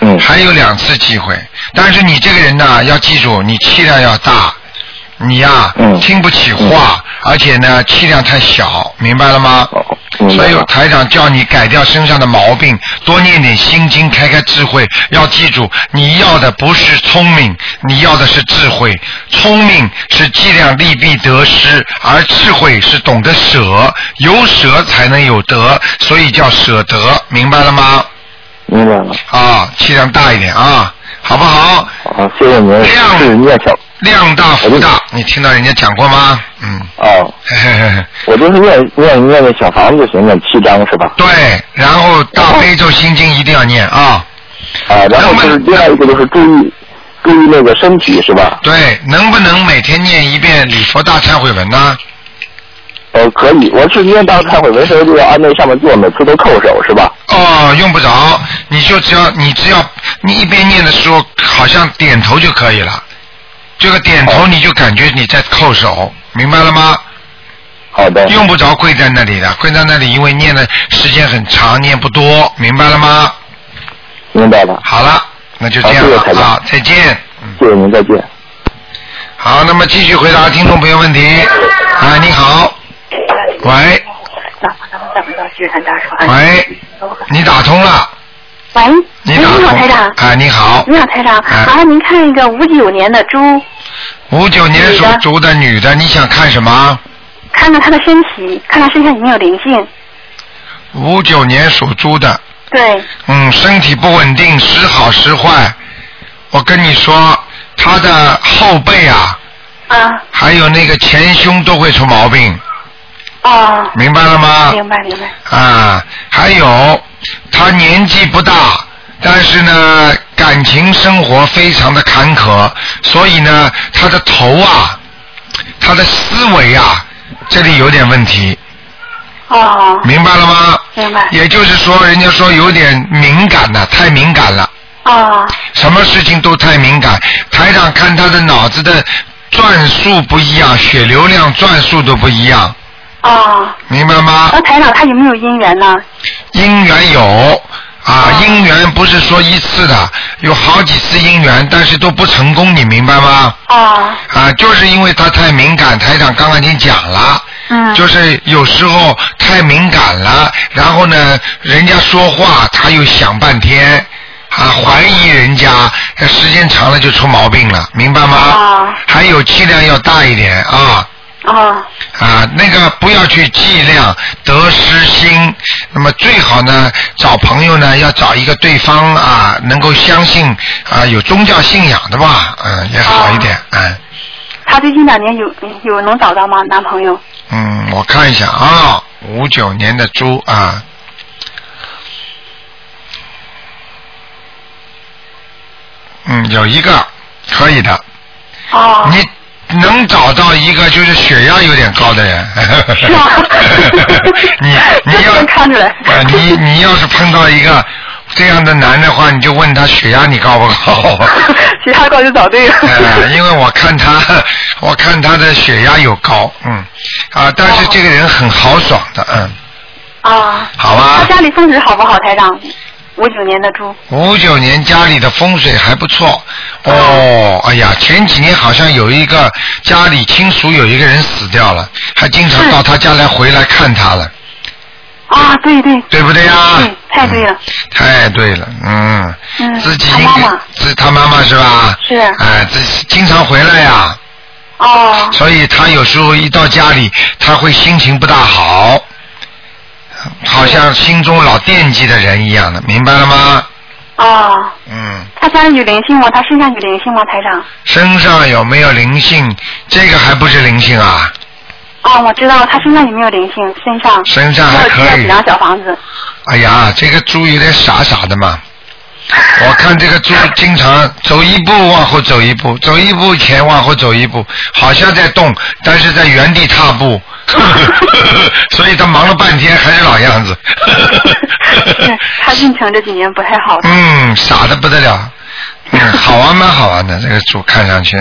嗯，还有两次机会，但是你这个人呐、要记住，你气量要大，你呀、嗯听不起话，而且呢，气量太小，明白了吗？哦明所白以了台长叫你改掉身上的毛病，多念点心经，开开智慧。要记住，你要的不是聪明，你要的是智慧。聪明是计量利弊得失，而智慧是懂得舍，有舍才能有得，所以叫舍得，明白了吗？明白了。啊，气量大一点啊，好不好？好，谢谢您。亮是念小量大福大，你听到人家讲过吗？嗯，哦，嘿嘿嘿嘿我就是念念念那小房子就行，念七张是吧？对，然后大悲咒心经一定要念啊，啊，然后就是另外一个就是注意注意那个身体是吧？对，能不能每天念一遍礼佛大忏悔文呢？呃，可以，我是念到忏悔文时候就要按那上面做，每次都叩首是吧？哦，用不着，你就只要你只要你一边念的时候，好像点头就可以了，这个点哦头你就感觉你在叩首，明白了吗？好的，用不着跪在那里的，跪在那里因为念的时间很长，念不多，明白了吗？明白了，好了，那就这样哦好谢了谢台长啊，再见。谢谢您，再见。好，那么继续回答听众朋友问题。啊，你好，哎喂嗯喂，你打通了，啊喂，你喂打你通好，台长了，。啊，你好，你好，台长。哎啊，您看一个五九年的猪，五九年属猪的女的，你想看什么？看看她的身体，看她身上有没有灵性。五九年属猪的，对，嗯，身体不稳定，时好时坏。我跟你说，她的后背啊，啊，还有那个前胸都会出毛病，哦，明白了吗？明白明白。啊，还有他年纪不大，但是呢，感情生活非常的坎坷，所以呢，他的头啊，他的思维啊，这里有点问题，哦，明白了吗？明白。也就是说，人家说有点敏感了，太敏感了，哦，什么事情都太敏感。台长看他的脑子的转速不一样，血流量转速都不一样，哦，明白吗？那台长他有没有姻缘呢？姻缘有啊，姻缘不是说一次的，有好几次姻缘，但是都不成功，你明白吗？哦，啊啊，就是因为他太敏感，台长刚刚已经讲了，嗯就是有时候太敏感了，然后呢，人家说话他又想半天，啊，怀疑人家，呃时间长了就出毛病了，明白吗啊？还有气量要大一点啊。哦，啊，那个不要去计量得失心，那么最好呢，找朋友呢要找一个对方啊，能够相信啊有宗教信仰的吧，嗯，也好一点，嗯她最近两年有有能找到吗？男朋友？嗯，我看一下啊，五、九年的猪啊，嗯，有一个可以的，哦，你。能找到一个就是血压有点高的人，是吗 你你这要能看出来呃你你要是碰到一个这样的男的话，你就问他血压你高不高？ 其他高就找对了。 呃，因为我看他，我看他的血压有高，嗯，啊，但是这个人很豪爽的，嗯，啊，好她吧。家里风水好不好，台长？五九年的猪。五九年家里的风水还不错，哦，哎呀，前几年好像有一个家里亲属有一个人死掉了，还经常到他家来回来看他了，啊，对对。对不对呀、对，嗯太对了。太对了，啊嗯，嗯自己他应妈该妈自他妈妈是吧？是哎、自己经常回来呀、哦，所以他有时候一到家里，他会心情不大好，好像心中老惦记的人一样的，明白了吗？哦，嗯，她家里有灵性吗？她身上有灵性吗，台长？身上有没有灵性？这个还不是灵性啊，哦，我知道她身上有没有灵性，身上。身上还可需要几以。张小 房子？哎呀，这个猪有点傻傻的嘛。我看这个猪经常走一步往后走一步，走一步前往后走一步，好像在动，但是在原地踏步，所以他忙了半天还是老样子。 是她运程这几年不太好，嗯，傻的不得了。嗯， 好玩蛮好玩的，这个猪看上去，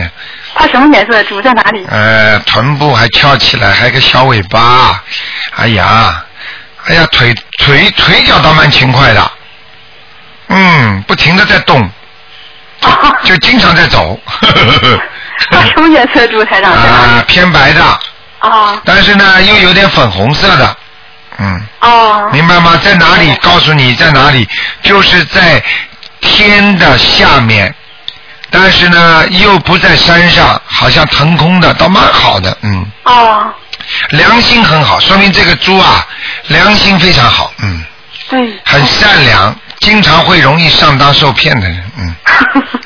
她什么颜色的猪在哪 里？呃，臀部还翘起来，还有个小尾巴，哎呀，哎呀，腿腿腿脚倒蛮勤快的，嗯，不停的在动，啊，就经常在 走，她哦什么颜色的猪台长？啊，偏白的，啊但是呢又有点粉红色的，嗯，啊明白吗？在哪里？告诉你在哪里，就是在天的下面，但是呢又不在山上，好像腾空的，倒蛮好的，嗯，啊！良心很好，说明这个猪啊良心非常好，嗯，对，很善良，经常会容易上当受骗的人，嗯，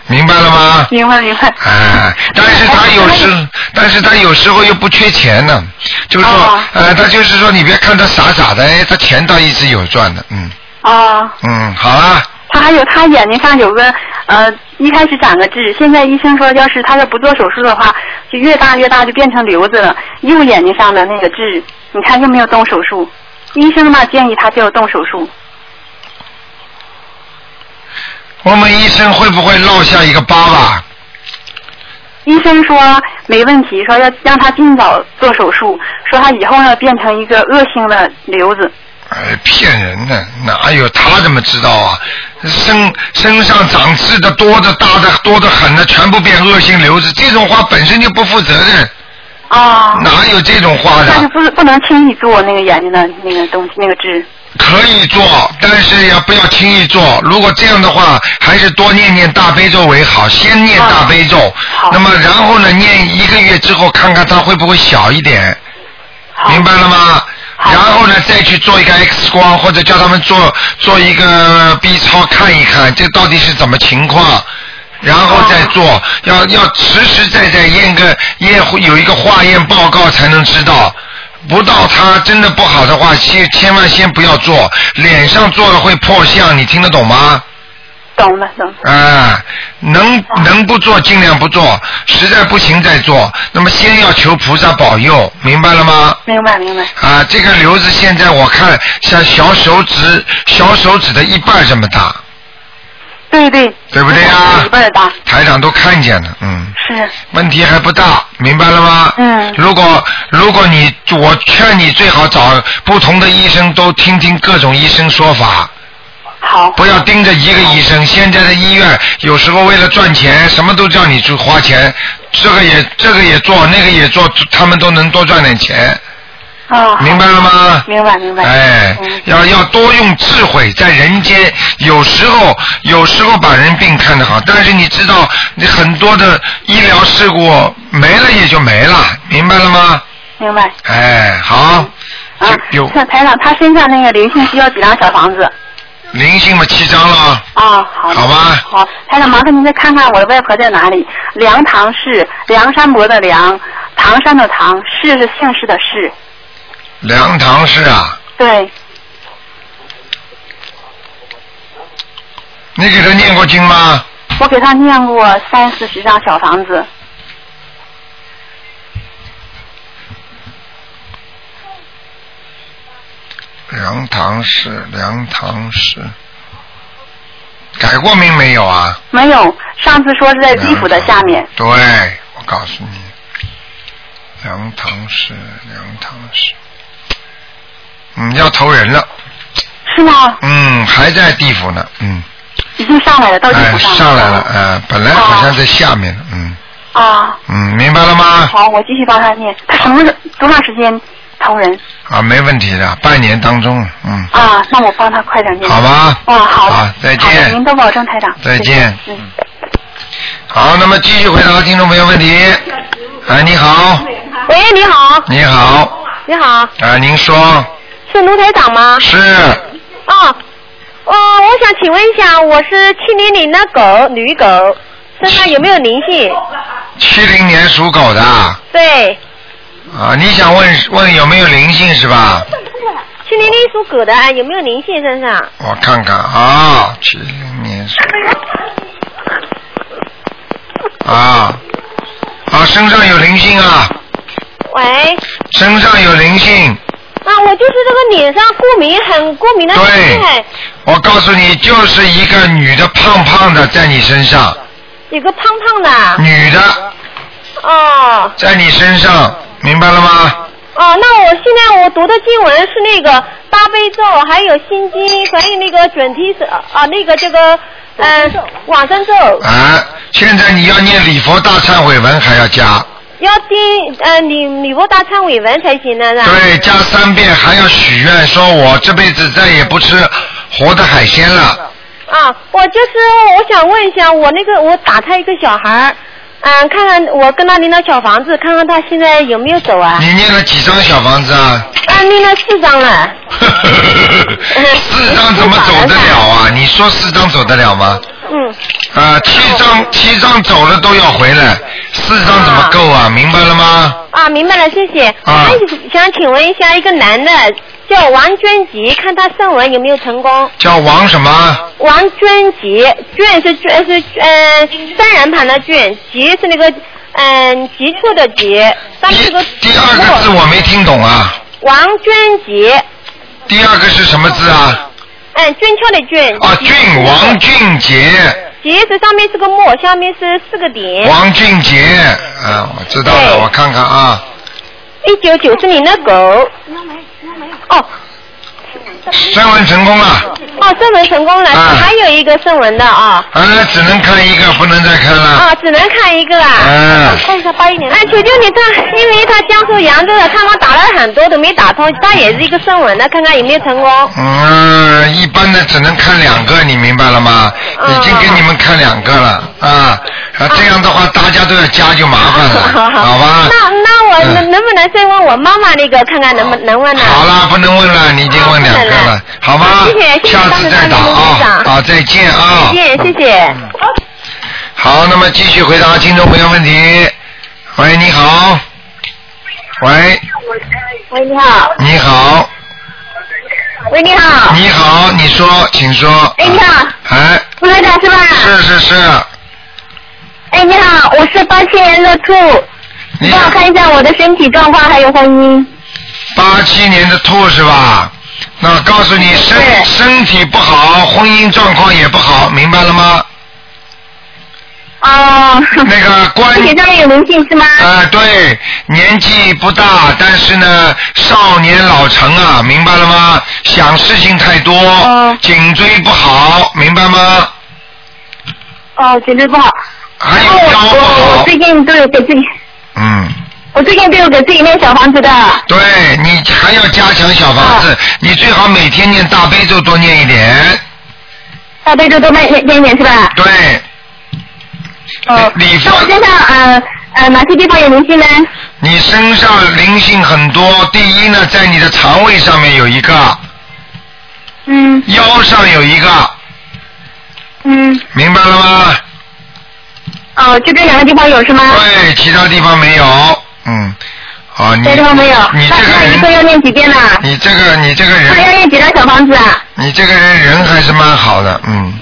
明白了吗？ 明白明白。哎，但是他有时，但是他有时候又不缺钱呢，就是说，啊呃，他就是说，你别看他傻傻的，哎，他钱倒一直有赚的，嗯啊，嗯，好啦，他还有他眼睛上有个呃，一开始长个痣，现在医生说，要是他要不做手术的话，就越大越大，就变成瘤子了。右眼睛上的那个痣，你看有没有动手术？医生嘛建议他就要动手术。我们医生会不会落下一个疤吧？医生说没问题，说要让他尽早做手术，说他以后呢变成一个恶性的瘤子。哎，骗人呢，哪有他怎么知道啊？身身上长痣的多的大的多的很的，全部变恶性瘤子，这种话本身就不负责任，啊，哪有这种话的？那就不不能轻易做那个眼睛的那个东西那个痣。可以做，但是也不要轻易做。如果这样的话，还是多念念大悲咒为好，先念大悲咒。好那么然后呢，念一个月之后，看看它会不会小一点，好明白了吗？好然后呢，再去做一个 X 光，或者叫他们做做一个 B 超看一看，这到底是怎么情况，然后再做，要要实实在在验个验有一个化验报告才能知道。不到它真的不好的话，千千万先不要做，脸上做了会破相，你听得懂吗？懂了懂了。啊，能能不做尽量不做，实在不行再做。那么先要求菩萨保佑，明白了吗？明白明白。啊，这个瘤子现在我看像小手指小手指的一半这么大，对对。对不对啊一半儿大。台长都看见了，嗯，是。问题还不大，明白了吗？嗯如果如果你，我劝你最好找不同的医生，都听听各种医生说法，好。不要盯着一个医生。现在的医院有时候为了赚钱，什么都叫你去花钱，这个也这个也做，那个也做，他们都能多赚点钱。哦，明白了吗？明白明白。哎嗯，要要多用智慧，在人间有时候有时候把人病看得好，但是你知道，你很多的医疗事故没了也就没了，明白了吗？明白。哎，好，啊有，像台长他身上那个灵性需要几张小房子？灵性嘛七张了，啊，好的。好吧？好，台长，麻烦您再看看我的外婆在哪里？梁唐氏，梁山伯的梁，唐山的唐，氏是姓氏的氏。梁唐氏啊，对，你给他念过经吗？我给他念过三四十张小房子。梁唐氏，梁唐氏，改过名没有啊？没有，上次说是在地府的下面。对，我告诉你，梁唐是梁唐是，嗯，要投人了，是吗？嗯，还在地府呢，嗯，已经上来了，到地哎，府上来来了，呃，本来好像在下面呢，嗯啊，嗯，明白了吗？好，我继续帮他念。他什么时候多长时间投人？啊，没问题的，半年当中，嗯，啊，那我帮他快点念。好吧，哇，啊好的，好啊再见好的您多保重，台长。再见嗯。好，那么继续回答听众朋友问题。哎，你好，喂，你好，你好，你好，啊，您说是卢台长吗？是哦，哦，我想请问一下，我是七零零的狗，女狗，身上有没有灵性？七零年属狗的啊？对，啊你想问问有没有灵性是吧？七零零属狗的啊有没有灵性身上？我看看啊，七零年属啊啊，身上有灵性啊，喂，身上有灵性。啊，我就是这个脸上过敏，很过敏的很厉害对，，我告诉你，就是一个女的胖胖的在你身上，有个胖胖的。女的哦在你身上，明白了吗？哦，那我现在我读的经文是那个八悲咒，还有心经，还有那个准提是啊，那个这个嗯、呃、往生咒，啊，现在你要念礼佛大忏悔文还要加，要盯呃礼礼佛大忏悔文才行呢，是吧？对，啊加三遍，还要许愿，说我这辈子再也不吃活的海鲜了。啊，我就是我想问一下，我那个我打胎一个小孩儿，嗯，看看我跟他领导小房子，看看他现在有没有走啊？你念了几张小房子 啊？啊，领了四张了。四张怎么走得了 啊？你说四张走得了吗？嗯，啊，七张七张走了都要回来，四张怎么够啊？明白了吗？啊，明白了，谢谢。啊我还想请问一下，一个男的叫王娟吉，看他上文有没有成功？叫王什么？王娟吉，娟是娟是呃三人旁的娟，吉是那个嗯急促的急，但第是这个第二个字我没听懂啊。王娟吉，第二个是什么字啊？嗯，俊俏的俊。啊，俊王俊杰，吉是上面是个木，下面是四个点。王俊杰，啊，我知道了，对我看看啊，一九九四年的狗。哦升温成功了，哦，正文成功了，啊还有一个正文的啊。啊，只能看一个，不能再看了。啊，只能看一个啊。嗯看一下八一年。哎，求求你看，因为他江苏扬州的，他们打了很多都没打通，他也是一个声纹的，看看有没有成功。嗯，一般的只能看两个，你明白了吗？嗯已经给你们看两个了啊，啊，这样的话大家都要加就麻烦 了，好吧？那那我嗯能能不能再问我妈妈那个，看看能不能问呢？好了，不能问了，你已经问两个好不能了了，好吗？谢谢谢谢下次再打帮助啊帮！助好，再见啊！再见，谢谢。嗯好，那么继续回答听众朋友问题。喂，你好。喂，喂，你好。你好，喂，你好。你好，你说，请说。哎，你好，哎，吴台长是吧？是是是，哎，你好，我是八七年的兔，你帮我看一下我的身体状况还有婚姻。八七年的兔是吧？那我告诉你，身对身体不好，婚姻状况也不好，明白了吗？哦，那个关身体上面有灵性是吗？哎啊，对，年纪不大，但是呢，少年老成啊，明白了吗？想事情太多，哦颈椎不好，明白吗？哦，颈椎不好。还然后有腰不我我我哦好，最近都有给自己，哎嗯，我最近都有给自己念小房子的。对你还要加强小房啊子，你最好每天念大悲咒多念一点。大悲咒多念念念一点是吧？对。哦。礼那佛我，身上呃呃哪些地方有灵性呢？你身上灵性很多。第一呢，在你的肠胃上面有一个，嗯腰上有一个，嗯，明白了吗？哦，就这两个地方有是吗？对，其他地方没有。嗯，好，哎你别的地方没有。你那这个那一共人，要念几遍呢？你这个你这个那人，要念几张小房子啊？ 你这个人人还是蛮好的，嗯。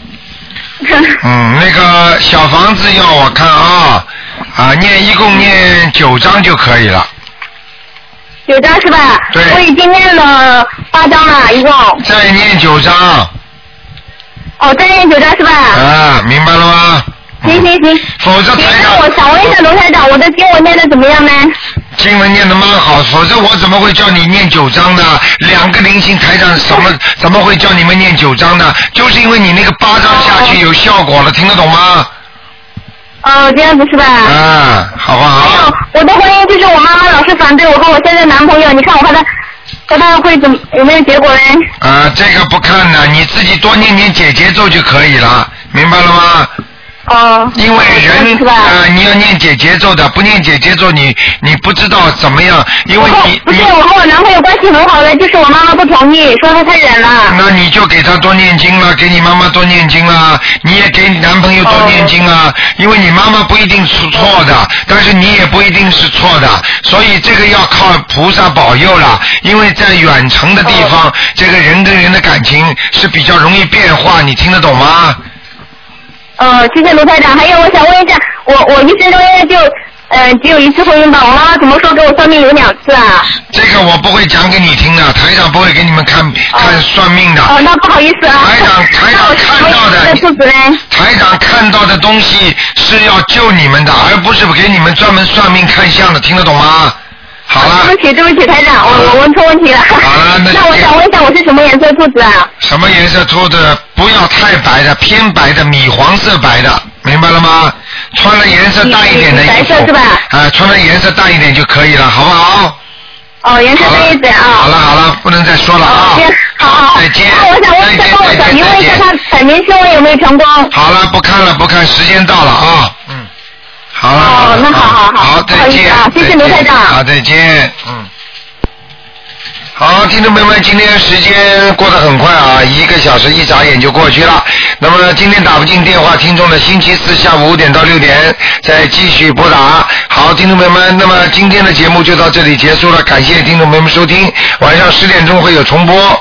嗯，那个小房子要我看啊，啊，念一共念九章就可以了。九张是吧？对我已经念了八张了，一共。再念九章啊哦，再念九张是吧？啊，明白了吗？行行行。否则 行，台那我长想问一下卢台长，我的经文念的怎么样呢？经文念的蛮好，否则我怎么会叫你念九章呢？两个灵性台长怎么怎么会叫你们念九章呢？就是因为你那个八章下去有效果了，听得懂吗？哦，这样子是吧？啊，好不还好有？我的婚姻就是我妈妈老是反对我和我现在男朋友，你看我和他和他会怎么有没有结果呢？啊，这个不看的，你自己多念念姐姐咒就可以了，明白了吗？哦，因为人是吧？啊、你要念姐姐咒的，不念姐姐咒你你不知道怎么样，因我为和你不你是我和我男朋友关系很好的，就是我妈妈不同意，说他太忍了。那你就给他多念经了，给你妈妈多念经了，你也给你男朋友多念经啊，因为你妈妈不一定是错的，但是你也不一定是错的，所以这个要靠菩萨保佑了，因为在远程的地方，这个人跟人的感情是比较容易变化，你听得懂吗？哦，谢谢卢台长。还有我想问一下，我我一生中应该就呃只有一次婚姻吧？我妈妈怎么说给我算命有两次啊？这个我不会讲给你听的，台长不会给你们看看算命的。哦，那不好意思啊。台长台长那我看到的那兔子呢？台长看到的东西是要救你们的，而不是给你们专门算命看相的，听得懂吗？好了对，不起，对不起，台长，我我问错问题了。好了那就那我想问一下，我是什么颜色的兔子啊？什么颜色兔子？不要太白的，偏白的，米黄色白的，明白了吗？穿了颜色淡一点的衣服，米白色是吧啊，穿了颜色淡一点就可以了，好不好？哦，颜色好这一点了，啊。哦好了好了，不能再说了啊行，！好好。再见，那我想问一再下，见帮我再小见姨问再一下，见。她本命新闻有没有成功？好了，不看了，不看，时间到了啊。嗯，好了。哦那好好好好，不好再意思见。啊谢谢卢再见台长好，再见。嗯。好，听众朋友们，今天时间过得很快啊，一个小时一眨眼就过去了。那么今天打不进电话，听众呢，星期四下午五点到六点再继续拨打。好，听众朋友们，那么今天的节目就到这里结束了，感谢听众朋友们收听，晚上十点钟会有重播。